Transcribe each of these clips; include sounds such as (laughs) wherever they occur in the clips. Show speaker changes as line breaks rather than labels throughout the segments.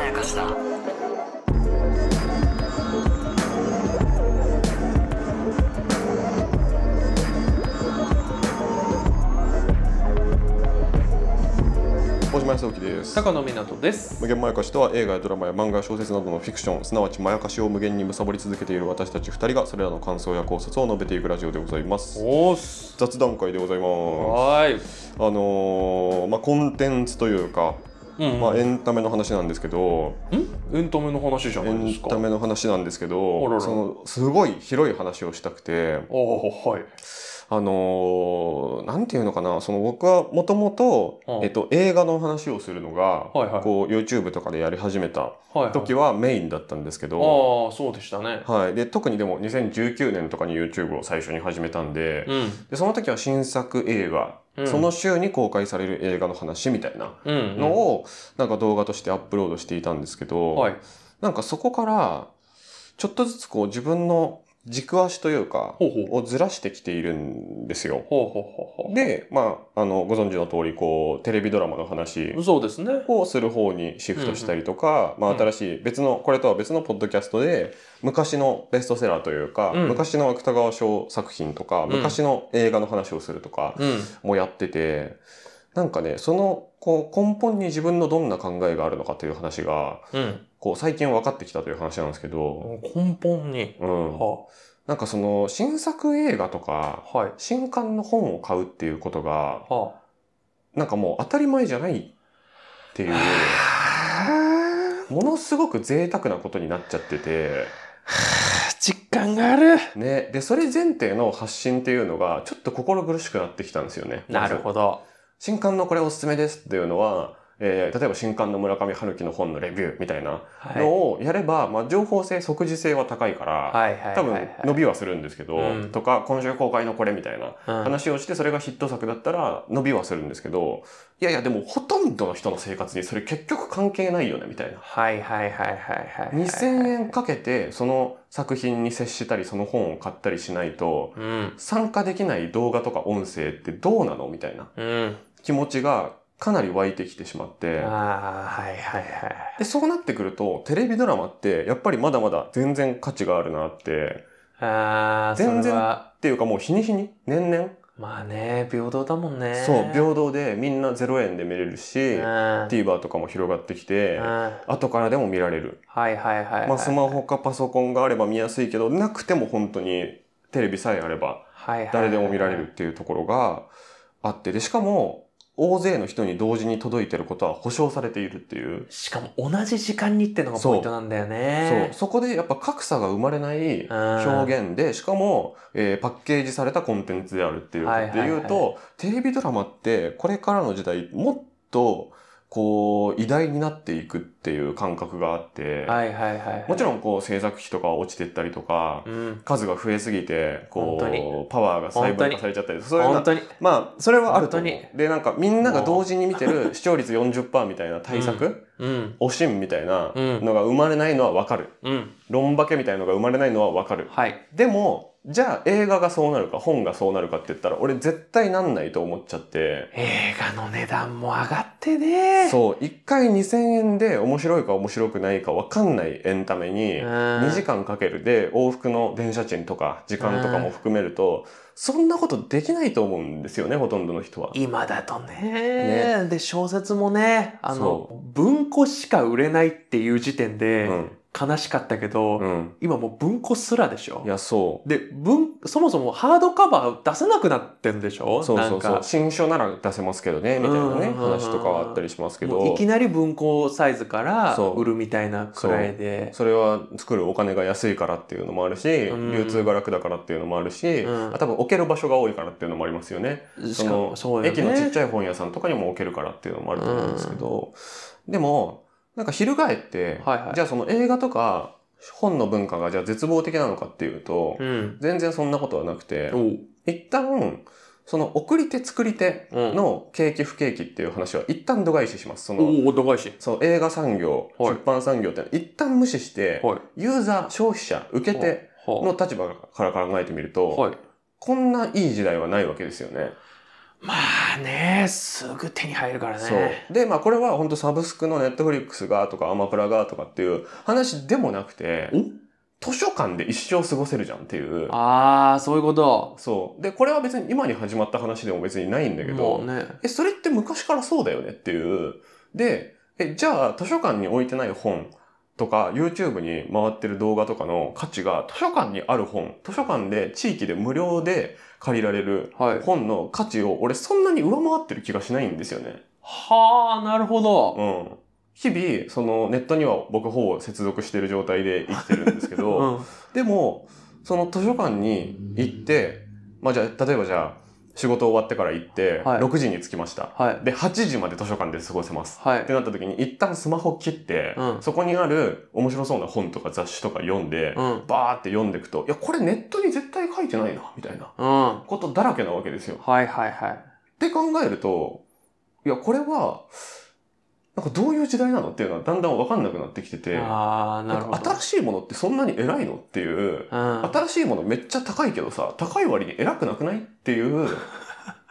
やかしだ
大島康之です
高野湊です
無限まやかしとは映画やドラマや漫画や小説などのフィクションすなわちまやかしを無限に貪り続けている私たち2人がそれらの感想や考察を述べていくラジオでございます
おーす
雑談会でございま
はーい
すあのーまあコンテンツというか、
うん、
まあ、エンタメの話なんですけど、
エンタメの話じゃ
エ
ないで
ン
すか
タメの話なんですけど
あらら
そのすごい広い話をしたくて
おーはい
あのーなんていうのかなその僕はもともと
うん
えっと映画の話をするのが、
はいはい
こう YouTube とかでやり始めた
はいはい
時はメインだったんですけ
ああ
ど、
ーそうでしたね
はい、で特にでも2019年とかに YouTube を最初に始めたんで,、
うん
でその時は新作映画、
うん
その週に公開される映画の話みたいな
うん
のを、なんか動画としてアップロードしていたんですけ
う
ど、
んはい
なんかそこからちょっとずつこう自分の軸足というか
ほうほ
を
う
ずらしてきているんですよ。
ほうほうほうほう
で、まあ、あのご存知の通りこうテレビドラマの話
そうですね
をする方にシフトしたりとか、
ん
まあ、新しい別のこれとは別のポッドキャストで昔のベストセラーというか、
うん
昔の芥川賞作品とか
ん
昔の映画の話をするとか
うん
もやってて、なんかねそのこう根本に自分のどんな考えがあるのかという話が
うん
こう最近分かってきたという話なんですけど、
根本に
うん、
は
なんかその新作映画とか
はい
新刊の本を買うっていうことが
は
なんかもう当たり前じゃないっていう。
あ
ものすごく贅沢なことになっちゃってて、
実感がある
ね、でそれ前提の発信っていうのがちょっと心苦しくなってきたんですよね。
なる
ど
ほど
新刊のこれおすすめですっていうのは、えー例えば新刊の村上春樹の本のレビューみたいな
はいはい
のをやれば、まあ、情報性即時性は高いから、
はいはいはい
多分伸びはするんですけど、
うん
とか今週公開のこれみたいな
うん
話をしてそれがヒット作だったら伸びはするんですけどいやいやでもほとんどの人の生活にそれ結局関係ないよねみたいな。
はいはいはいはいはい
2000円かけてその作品に接したりその本を買ったりしないと
うん
参加できない動画とか音声ってどうなのみたいな
うん
気持ちがかなり湧いてきてしまって
ああはいはいはい
でそうなってくるとテレビドラマってやっぱりまだまだ全然価値があるなって
ああそ
全
れ
然
は
っていうかもう日に日に年々
まあね平等だもんね
そう平等でみんな0円で見れるし
うん
TVer とかも広がってきて
うんは
後からでも見られる
いはいはい、はい
まあ、スマホかパソコンがあれば見やすいけどなくても本当にテレビさえあれば
はいはい
誰でも見られるっていうところがあってでしかも大勢の人に同時に届いてることは保証されているっていう、
しかも同じ時間にってのがポイントなんだよね
そうそこでやっぱ格差が生まれない
うん
表現でしかも、えーパッケージされたコンテンツであるっていうこ
はい
と
はい
で言
はい
うと、テレビドラマってこれからの時代もっとこう偉大になっていくっていう感覚があって、
はいはいはいはい
もちろんこう制作費とかは落ちてったりとか、
うん
数が増えすぎてこ
本当
う
に
パワーが細分化されちゃったりそういうの
本
は
当に
まあそれはあると思
本当
うでなんかみんなが同時に見てる視聴率40%みたいな対策、
うん
おしんみたいな
うん
のが生まれないのはわかる
うん
論化けみたいのが生まれないのはわかる
はい
でもじゃあ映画がそうなるか本がそうなるかって言ったら俺絶対なんないと思っちゃって
映画の値段も上がってねう
そう1回2000円で面白いか面白くないかわかんないエンタメに2
2
時間かけるで往復の電車賃とか時間とかも含めるとそんなことできないと思うんですよねほとんどの人は。
今だとねで小説もねあ
そ
の文庫しか売れないっていう時点
う
で
ん
悲しかったけど、
うん、
今もう文庫すらでし
い
ょ
やそ
で文そもそもハードカバー出せなくなってんでしょ
うそう
な
そ
ん
うそう
か
新書なら出せますけどねみたいなね
うんうんうんうん
話とかはあったりしますけ
もうい
ど
きなり文庫サイズから
そう
売るみたいなくらいで
それは作るお金が安いからっていうのもあるし
ん
流通が楽だからっていうのもあるし
うん
あ多分置ける場所が多いからっていうのもありますよね。
しかもそうよ
駅のちっ
ね
ちゃい本屋さんとかにも置けるからっていうのもあると思うんですけど、でもなんか翻って、
はいはい
じゃあその映画とか本の文化がじゃあ絶望的なのかっていうと、
うん
全然そんなことはなくて、
おう
一旦その送り手作り手
うん
の景気不景気っていう話は一旦度外視しますその、
おお度外視
その映画産業、
はい
出版産業って一旦無視して、
はい
ユーザー消費者受け手
は
の立場から考えてみると、
はい
こんないい時代はないわけですよね。
まあねすぐ手に入るからね
そうでまあこれは本当サブスクのネットフリックスがとかアマプラがとかっていう話でもなくて図書館で一生過ごせるじゃんっていう
ああそういうこと
そうでこれは別に今に始まった話でも別にないんだけ
も
ど、
うね
えそれって昔からそうだよねっていうでえじゃあ図書館に置いてない本とか YouTube に回ってる動画とかの価値が図書館にある本図書館で地域で無料で借りられる
はい
本の価値を俺そんなに上回ってる気がしないんですよね。
はあなるほど、
うん、日々そのネットには僕ほぼ接続してる状態で生きてるんですけ
う
ど、
ん
(laughs) でもその図書館に行って、まあ、じゃあ例えばじゃあ仕事終わってから行って
はい
6時に着きました、
はい
で8時まで図書館で過ごせます
はい
ってなった時に一旦スマホ切って、
うん
そこにある面白そうな本とか雑誌とか読んで、
うん
バーって読んでいくといやこれネットに絶対書いてないなみたいな
うんは
ことだらけなわけですよ。
いはいはい
って考えると、いや、これは、なんかどういう時代なのっていうのはだんだんわかんなくなってきてて、
ああなる
なん
ほ
か
ど
新しいものってそんなに偉いのっていう、
うん
新しいものめっちゃ高いけどさ、高い割に偉くなくないって
(laughs)
いう、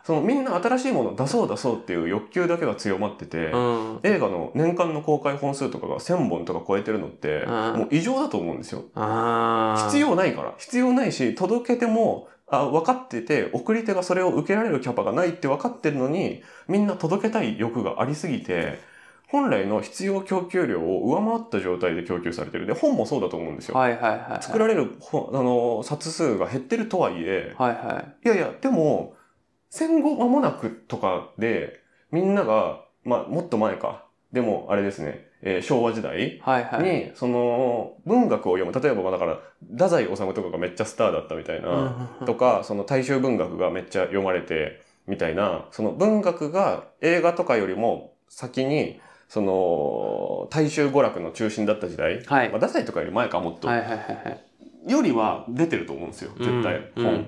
そのみんな新しいもの出そう出そうっていう欲求だけが強まってて、
うんうん
映画の年間の公開本数とかが1000本とか超えてるのって、
うん
もう異常だと思うんですよ。必
必
要ないから必要ないし届けてもあ分かってて送り手がそれを受けられるキャパがないって分かってるのにみんな届けたい欲がありすぎて本来の必要供給量を上回った状態で供給されてるで本もそうだと思うんですよ。
はいはいはいはい
作られる本あの冊数が減ってるとはいえ
はいはい
やいやでも戦後間もなくとかでみんなが、まあ、もっと前かでもあれですね、えー昭和時代
いはいはい
にその文学を読む例えばまあだから太宰治とかがめっちゃスターだったみたい
うんうん
な、
うん
とかその大衆文学がめっちゃ読まれてみたいなその文学が映画とかよりも先にその大衆娯楽の中心だった時代、
はい
まあ、太宰とかより前かもっと、
はいはいはいはい
よりは出てると思うんですよ絶対、
うん
本
うん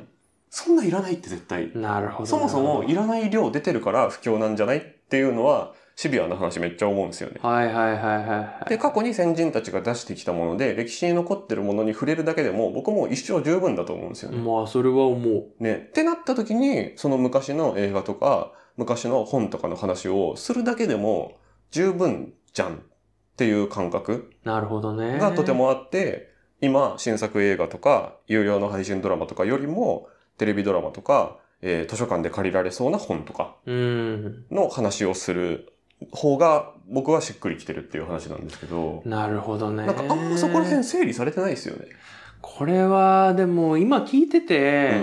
そんないらないって絶対
なるほど
そもそもいらない量出てるから不況なんじゃないっていうのはシビアな話めっちゃ思うんですよね
はいはいはいはいはい
で過去に先人たちが出してきたもので歴史に残ってるものに触れるだけでも僕もう一生十分だと思うんですよね。
まあそれは思う
ねってなった時にその昔の映画とか昔の本とかの話をするだけでも十分じゃんっていう感覚
なるほどね
がとてもあって、今新作映画とか有料の配信ドラマとかよりもテレビドラマとか、えー図書館で借りられそうな本とか
うん
の話をする方が僕はしっくりきてるっていう話なんですけど。
なるほどね
なんかあんまそこら辺整理されてないですよね。
これはでも今聞いてて、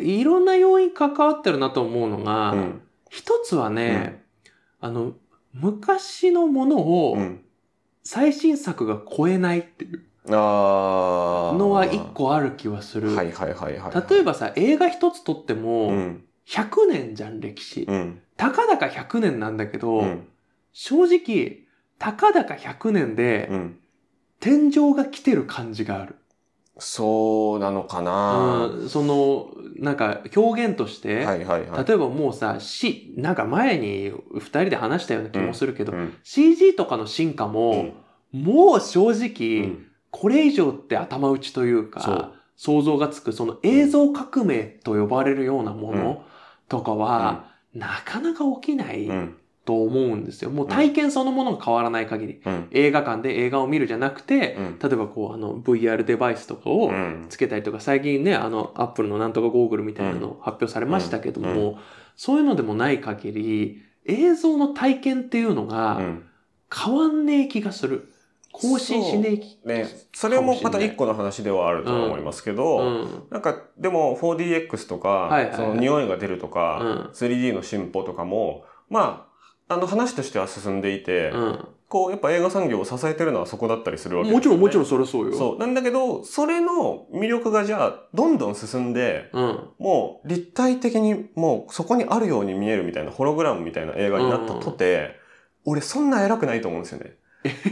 いろんな要因関わってるなと思うのが、
うん。うん。
一つはね、あの昔のもの
う
を
ん。
最新作が超えないっていう
あー
のは一。個ある気はする、
はいはいはいはい。
例えばさ映画一つ撮っても、
うん。
100年じゃん歴史、
うん。
たかだか100年なんだけど、
うん。
正直たかだか100年で、
うん。
天井が来てる感じがある、
そうなのかな。
うん、そのなんか表現として、
はいはいはい。
例えばもうさ死なんか前に2人で話したような気もするけど、
うん。
CG とかの進化も、もう正直、
うん
これ以上って頭打ちというか
そう
想像がつくその映像革命と呼ばれるようなものとかは、なかなか起きない
うん。
と思うんですよ。もう体験そのものが変わらない限り
うん。
映画館で映画を見るじゃなくて、
うん
例えばこうあの VR デバイスとかを
うん。
つけたりとか最近ねあのアップルのなんとかゴーグルみたいなの発表されましたけども、そういうのでもない限り映像の体験っていうの
う
が
ん。
変わんねえ気がする更新しねえ気
ね、それもまた一個の話ではあると思いますけど、
うん
なんかでも 4DX とか、
はいはいはい
その匂いが出るとか、
うん
3D の進歩とかもまああの話としては進んでいて、
う
こうやっぱ映画産業を支えてるのはそこだったりするわけ
ん、もちろんもちろ
ん
んそれはそうよ
そうなんだけどそれの魅力がじゃあどんどん進んで
う、ん、
もう立体的にもうそこにあるように見えるみたいなホログラムみたいな映画になったとて、俺そんな偉くないと思うんですよ
(laughs)
ね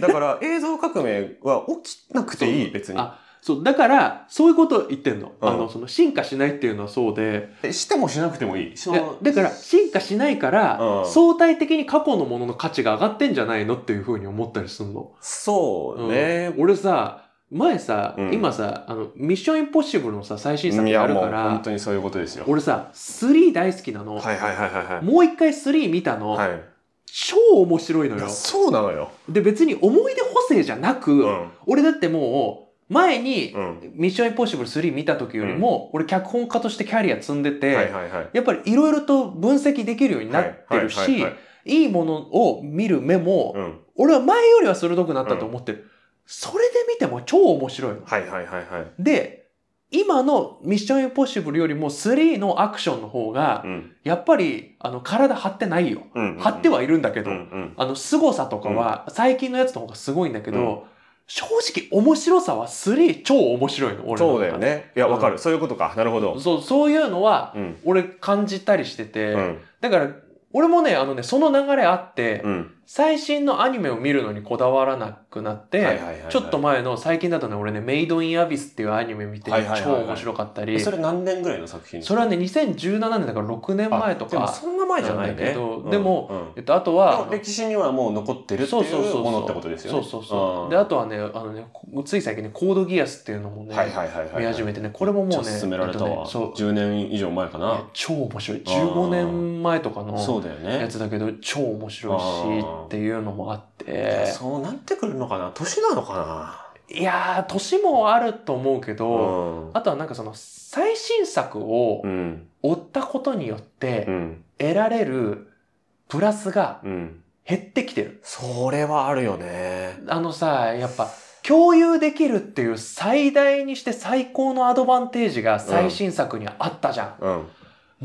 だから映像革命は起きなくていい別に
あそうだからそういうことを言ってんの,、
うん
あのその進化しないっていうのはそうで
えしてもしなくてもいいそ
いや
の
だから進化しないから、
うん
相対的に過去のものの価値が上がってんじゃないのっていうふうに思ったりするの
そうね、
俺さ前さ、
うん
今さ、あの、ミッションインポッシブルのさ、最新作
い
が
や
ある
も
か
う本
ら、
当にそういうことですよ。
俺さ、3大好きなの。
はいはいはいはい
もう一回3見たの、
はい。はい
超面白いの
い
よ
や。そうなのよ。
で、別に思い出補正じゃなく、
うん。
俺だってもう、前に
う、ん。
ミッションインポッシブル3見た時よりも、俺脚本家としてキャリア積んでて、
はいはいはい。
やっぱりいろいろと分析できるようになってる
はいはい
し
はい、はい
いいものを見る目も、
うん。
俺は前よりは鋭くなったと思ってる。それで見ても超面白いの。
はいはいはいはい。
で、今のミッションインポッシブルよりも3のアクションの方が
う、ん。
やっぱり、あの、体張ってないよ。
うん。
張って
は
はいるんだけど
う、んうん。
あの、凄さとかは、最近のやつの方がすごいんだけど、正直面白さは3超面白いの、俺の中で
そうだよ。ね。いや、わかる。そういうことか。なるほど。
そう、そういうのは、
うん。
俺感じたりしてて、
うん。
だから、俺もね、あのね、その流れあって、
うん。
最新のアニメを見るのにこだわらなくなって、
はいはいはいはい
ちょっと前の最近だとね、俺ね、メイドインアビスっていうアニメ見て、
はいはいはい
超
はい
面白かったり、
えそれ何年ぐらいの作品
それはね、2017年だから6年前と
でも
か、
そんな前じゃない
なんだ
ね
けど。
うん
でも、
うん
えっと、あと
で
は
も、歴史にはもう残ってるっていうものってことですよね。
そうそうそう。
ん
で、あとはね、あのね、こつい最近ね、コードギアスっていうのもね、
はいはいはいはい。
見始めてね、これももうね、
めっちゃ勧められた
えっと
わ。
ねそう
10年以上前かな。
超面白い。15年前とか
そ
の
うだよ
や
ね。
つだけど、超面白いし、っていうのもあって。
そうなってくるのかな年なのか
いやー、年もあると思うけ
なん。
ど、あとはなんかその最新作を
うん。
追ったことによっ
う
て
ん。
得られるプラスが
うん。
減ってきてる。
それはあるよね。
あのさ、やっぱ共有できるっていう最大にして最高のアドバンテージが最新作にはあったじゃ
う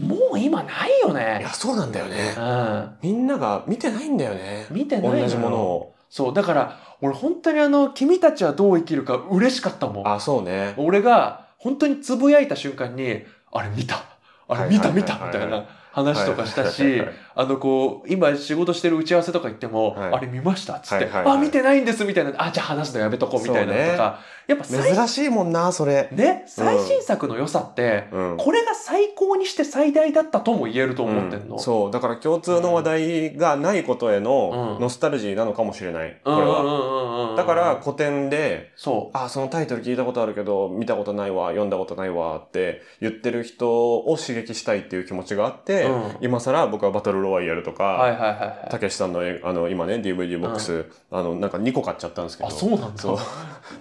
ん。
ん。もう今ないよ
い
ね
や、。そうなんだよね
う。ん。
みんなが見てないんだよね。
見てないの
同
よ
じものを。
そう、だから俺本当にあの、君たちはどう生きるか嬉しかったもん。
あ、そうね。
俺が本当につぶやいた瞬間に、あれ見た、あれ見
は
た
いはい
見
はい
た
はい
みたいな話とかした
はいはい
し
はい、
あのこう、今仕事してる打ち合わせとか行っても、
はい
あれ見ましたっつって、
はいはいはい
あ、見てないんですみたいな、あ、じゃあ話すのやめとこうみたいなのとか、やっぱ最,、
珍しいもんな、それ。
ね、最新作の良さって、
うん。
これが最高にして最大だったとも言えると思ってんの。
うんそうだから共通の話題がないことへの
うん
ノスタルジーなのかもしれない、
うん
こ
う
れ
んうん
は、
うんうん
だから、古典で
そ
あそのタイトル聞いたことあるけど見たことないわ読んだことないわって言ってる人を刺激したいっていう気持ちがあって、
うん
今更僕はバトルロワイヤルと
う。はい
か
はいはいはい。
たけしさんのえあの今ね DVD ボックス、あのなんか2個買っちゃったんですけど
あ、そうなんだ。 (laughs)
そう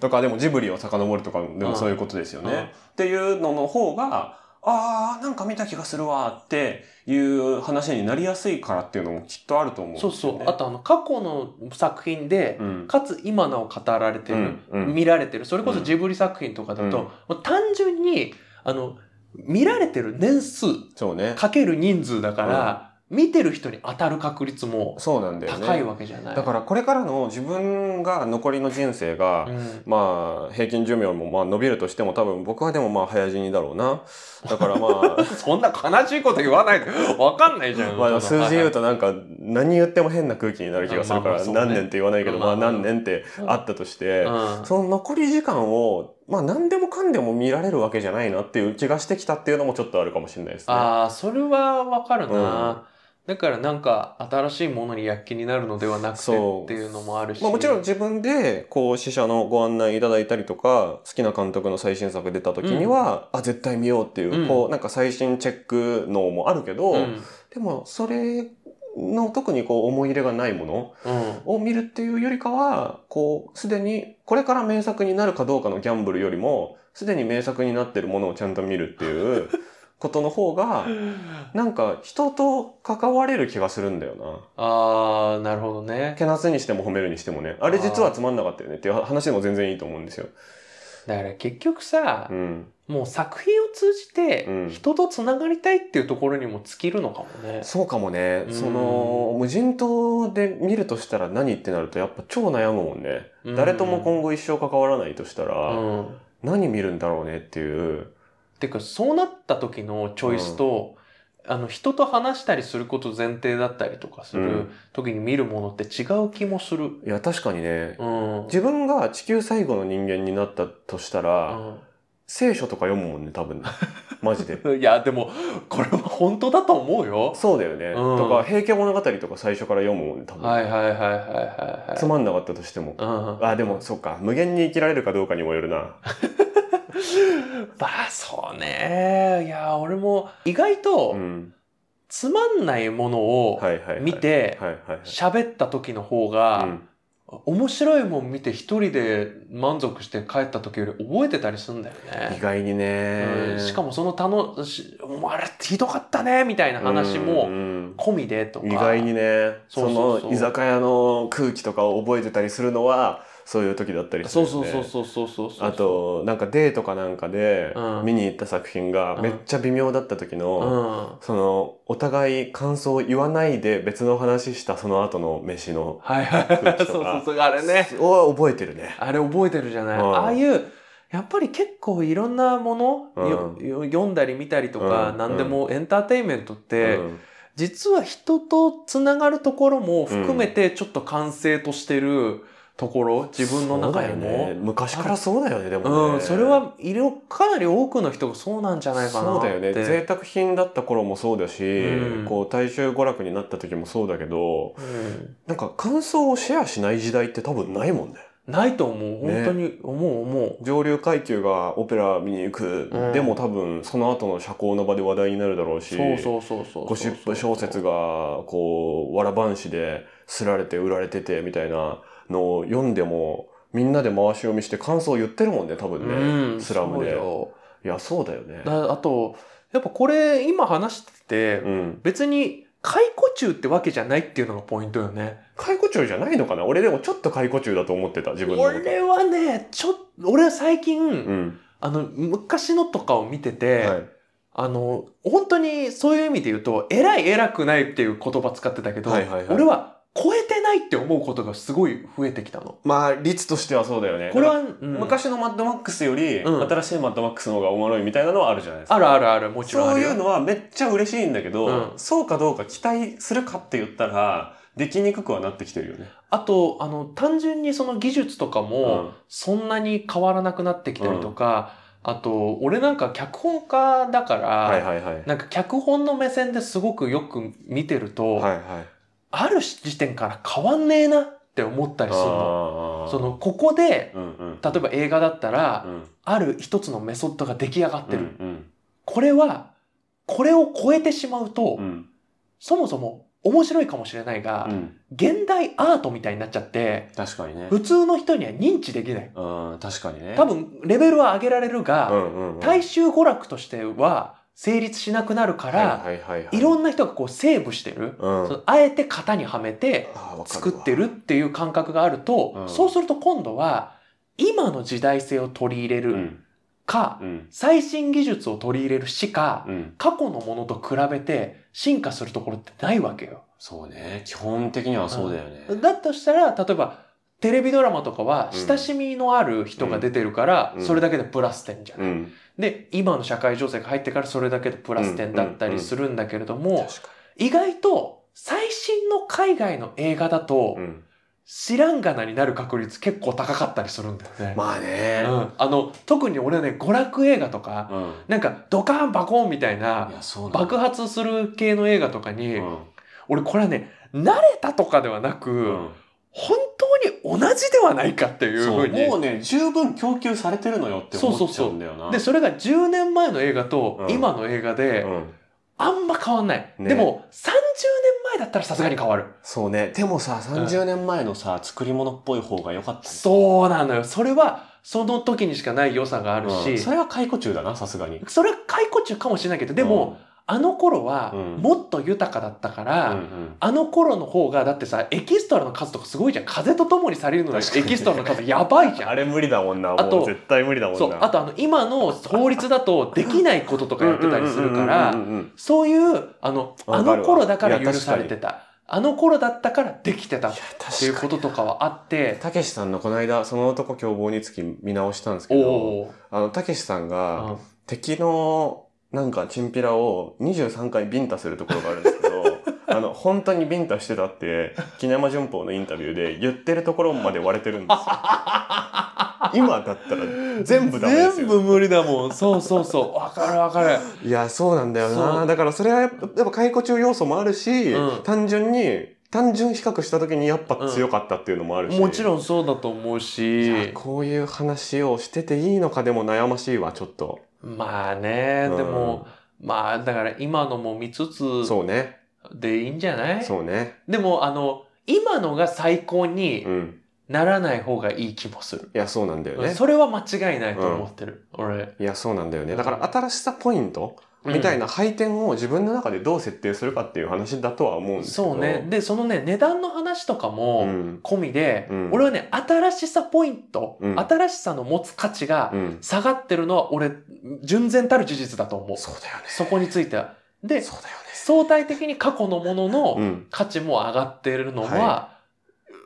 とかでもジブリを遡るとかで
う
も
ん
そういうことですよね。
うん
っていうのの方があーなんか見た気がするわっていう話になりやすいからっていうのもきっとあると思うんです
そ
よ
う
ね。
そう。あとあの、過去の作品で、
うん
かつ今なお語られてる、
うんうん
見られてるそれこそジブリ作品とかだと、
うん
もう単純にあの見られてる年数
そうね。
かける人数だから、見てる人に当たる確率も
そうなんだよね。
高いわけじゃない。
だからこれからの自分が残りの人生が、
うん
まあ平均寿命もまあ伸びるとしても多分僕はでもまあ早死にだろうな。だからまあ
そんな悲しいこと言わな
(laughs)
いでわかんないじゃん。
まあ、数字言うと
と
なんか何言っても変な空気になる気がするか
まあまあ
ら
そうね
何年って言わないけどまあ
まあ
何年ってあったとして
うん
その残り時間をまあ何でもかんでも見られるわけじゃないなっていう気がしてきたっていうのもちょっとあるかもしれないですね。
ああそれはわかるな、だからなんか新しいものに躍起になるのではなくて
そう
っていうのもあるし、
まあ、もちろん自分でこう試写のご案内いただいたりとか好きな監督の最新作出た時には、あ絶対見ようっていう,、
うん
こうなんか最新チェックのもあるけど、
うん
でもそれの特にこう思い入れがないもの
うん
を見るっていうよりかはこうすでにこれから名作になるかどうかのギャンブルよりもすでに名作になってるものをちゃんと見るっていう (laughs) ことの方がなんか人と関われる気がするんだよな。
ああなるほどね
けなすにしても褒めるにしてもねあれ実はつまんなかったよねっていう話でも全然いいと思うんですよ。
だから結局さ
う、ん、
もう作品を通じ
う
て
ん
人とつながりたいっていうところにも尽きるのかもね。
そうかもね、
うん
その無人島で見るとしたら何ってなるとやっぱ超悩むもんね、
うん
誰とも今後一生関わらないとしたら、
うん、
何見るんだろうねっていう
てかそうなった時のチョイスと、あの人と話したりすること前提だったりとかす
う
る
ん
時に見るものって違う気もする。
いや確かにね、
うん。
自分が地球最後の人間になったとしたら、
うん
聖書とか読むもんね、多
(laughs)
分。マジで。
いや、でも、これは本当だと思うよ。
そうだよね。
うん
とか、平家物語とか最初から読むもんね、多分。
はいはいはいはいはいはい。
つまんなかったとしても。
うん。
あ、でも、そうか。無限に生きられるかどうかにもよるな。
まあ、そうね。いや、俺も意外と
うん。
つまんないものを
はいはい、はい。
見、て
はいはい、はい。
喋った時の方が、
うん
面白いもん見て一人で満足して帰った時より覚えてたりするんだよ
意
ね。
外にね、
うんしかもその楽し、お前あれひどかったね、みたいな話
う
も
ん
込みでとか。
意外にね
そ
そう
そうそう
の居酒屋の空気とかを覚えてたりするのはそういう時だったりす
そ
る
う
よね
そうそうそうそうそうそう。
あ、となんかデートかなんかで
うん
見に行った作品
う
が
ん
めっちゃ微妙だった時
う
の、
ん。
そのお互い感想を言わないで別の話したその後の飯の
はいは
空
い。そ
気
う
とか
そうそう。あれね。
を覚えてるね。
あれ覚えてるじゃない。
うん
ああいう、やっぱり結構いろんなもの、よ
う
よ読んだり見たりとか、
うん
何でもエンターテインメントって、
うん
実は人とつながるところも含めてちょっと完成としてるところ、自分の中
そ
に
うだよね
も。
昔からそうだよねでもね、
うん、それはいろかなり多くの人がそうなんじゃないかなって。
そうだよね贅沢品だった頃もそうだし、
うん
こう大衆娯楽になった時もそうだけど
うん
なんか感想をシェアしない時代って多分ないもんね。
ないと思う。本当に思う思う。
上流階級がオペラ見に行く、
うん
でも多分その後の社交の場で話題になるだろうし、
そうそうそうそうそう。
ゴシップ小説がこう、わらばんしですられて売られててみたいなのを読んでも、みんなで回し読みして感想を言ってるもんね、多分ね。
うん、
スラムで
そうよ
いや、そうだよね。
だあと、やっぱこれ今話してて、
うん。
別に解雇中ってわけじゃないっていうのがポイントよね。
解雇中じゃないのかな俺でもちょっと解雇中だと思ってた、自分のこと。
俺はね、ちょっ俺は最近、
うん。
あの、昔のとかを見てて、
はい。
あの、本当にそういう意味で言うと、偉い偉くないっていう言葉使ってたけど、
はいはいはい
俺は超えてないって思うことがすごい増えてきたの。
まあ、率としてはそうだよね。
これは、うん
昔のマッドマックスより、
うん
新しいマッドマックスの方がおもろいみたいなのはあるじゃないですか。
あるあるある、もちろんあ
そう
るよ
いうのはめっちゃ嬉しいんだけど、
うん
そうかどうか期待するかって言ったら、できにくくはなってきてるよね。
あと、あの、単純にその技術とかも、そんなに変わらなくなってきたりとか、あと、俺なんか脚本家だから、
はいはいはい。
なんか脚本の目線ですごくよく見てると、
はいはい。
ある時点から変わんねえなって思ったりするの。
あー
そ、の、ここで、
うんうん。
例えば映画だったら、
うん、
ある一つのメソッドが出来上がってる。
うん
これは、これを超えてしまうと、
うん。うん
そもそも面白いかもしれないが、
うん。
現代アートみたいになっちゃって、
確かにね。
普通の人には認知できない。
うん、確かにね。
多分、レベルは上げられるが、
うんうんうん、
大衆娯楽としては成立しなくなるから、、
はいはいはいはい
ろんな人がこうセーブしてる、
うん
そのあえて型にはめて
あーわかる
作
わ
ってるっていう感覚があると、
うん
そうすると今度は今の時代性を取り入れ
う
る
ん
か、
うん
最新技術を取り入れるしか、
うん。
過去のものと比べて進化するところってないわけよ。
そうね。基本的にはそうだよね。
だとしたら例えばテレビドラマとかは
うん
親しみのある人が出てるから、
うん
それだけでプラス点じゃない。
うん。
で今の社会情勢が入ってからそれだけでプラス点だったりするんだけれども、
確か
意外と最新の海外の映画だと、
に。うん。
知らんがなになる確率結構高かったりするんだよね。
まあね。
うん、あの特に俺はね娯楽映画とか、
うん。
なんかドカーンバコーンみたい
い
な
や、そうなんだ
爆発する系の映画とかに、
うん
俺これはね慣れたとかではなく、
うん。
本当に同じではないかっていうふ
そうう
に
もうね十分供給されてるのよって思っちゃうんだよな
でそれが10年前の映画と
うん
今の映画で、
うん
あんま変わんない。
ね
でも、30年前だったらさすがに変わる。
そうねでもさ30年前のさ、作り物っぽい方が良かったね
そうなのよ。それは、その時にしかない良さがある
うん
し、
それは解雇中だなさすがに
それは解雇中かもしれないけど、でも、、あの頃は、
うん
もっと豊かだったか
うん
ら、
うん
あの頃の方が、だってさ、エキストラの数とかすごいじゃん。風と共にされるのに
確か
エ
に
キストラの数やばいじ
うん
ゃ
あ
ん。
れ無理だもんな
あと
もう絶対無理だもんな
そう。あと、あの、今の法律だとできないこととかやってたりするか
うんう
ら、
んうんうんうん
そういう、あの、あ
わかるわ
の頃だから
いや
許されてた。あの頃だったからできてた
い
っ
や
ていう
確か
こ
に
ととかはあって、
たけしさんのこの間その男凶暴につき見直したんですけど
おー
あのたけしさん
う
が
ん
敵のなんかチンピラを23回ビンタするところがあるんですけど
(laughs)
あの本当にビンタしてた
(laughs)
って木山旬報のインタビューで言ってるところまで割れてるんですよ今だったら全部ダメですよ
全部無理だもん。そうそうそう。わかるわかる。
いや、そうなんだよ
そ
な。
う
だからそれはやっぱ、やっぱ解雇中要素もあるし、
うん
単純に、単純比較した時にやっぱ強かったっていうのもあるし。
もちろんそうだと思う
い
し。
や。こういう話をしてていいのかでも悩ましいわ、ちょっと。
まあね、でも、まあだから今のも見つつ
そうね。
でいいんじゃない
そうね。
でもあの、今のが最高に
うん。
ならない方がいい気もする。
いや、そうなんだよね。
それは間違いないと思ってる。俺。
いや、そうなんだよね。
うん
だから新しさポイントみたいな配点を自分の中でどう設定するかっていう話だとは思うん
うん。
ですけど。
そうね。。で、そのね、値段の話とか
う
も
ん。
込みで、
うん
俺はね、新しさポイント、
うん
新しさの持つ価値が
うん。
下がってるのは俺、純然たる事実だと思う。
そうだよね。
そこについては。で、
そうだよね。
相対的に過去のものの、
うん。
価値も上がってるのは、
は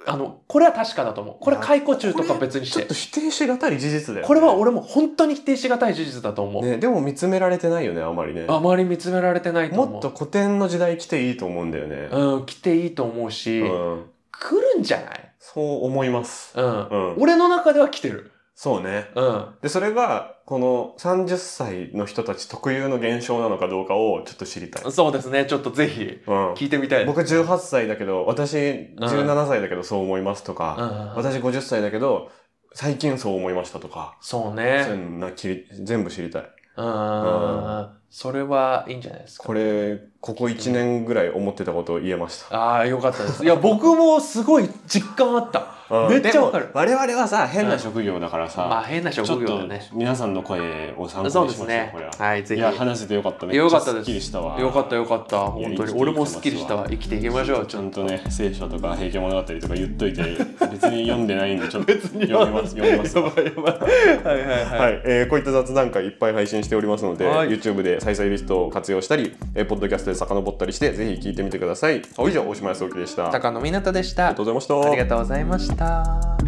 あの、これは確かだと思う。これは解雇中とか別にし
ちょってと。否定しがたい事実だよ、ね。
これは俺も本当に否定しがたい事実だと思う。
ね、でも見つめられてないよね、あまりね。
あまり見つめられてないと思う。
もっと古典の時代来ていいと思うんだよね。
うん、来ていいと思うし、
うん。
来るんじゃない
そう思います。
うん。
うん。
俺の中では来てる。
そうね。
うん。
で、それが、この30歳の人たち特有の現象なのかどうかをちょっと知りたい。
そうですね。ちょっとぜひ、
うん。
聞いてみたい。
(laughs) 僕18歳だけど、私17歳だけどそう思いますと
う
か、
ん、
私50歳だけど、最近そう思いましたとか、
そう
そうい
ね。
うのなきり全部知りたい。
うん、それはいいんじゃないですか。
これ、ここ1年ぐらい思ってたことを言えました。
ああ、よかったです。いや、僕もすごい実感あった。
うん
めっちゃわか
で
る
も我々はさ、変な職業だからさ、
まあ、変な職業だね。
皆さんの声を参
そうですね。はい、ぜひ。
話せてよかった
ねよかったです
っきりしたわ
よかったよかった本当に
生きていけますわ
俺もすっきりしたわ生きていきましょうちょっ
んとね聖書とか平家物語とか言っとい
(laughs)
て別に読んでないんでちょっと
と (laughs) やばいやばいはいはいはい、
はい、えーこういった雑談会いっぱい配信しておりますので、
はい
YouTube で再生リストを活用したり、えー、ポッドキャストで遡ったりしてぜひ聞いてみてください、以上大島康之でしたありがと
高野湊でした
うございました
ありがとうございました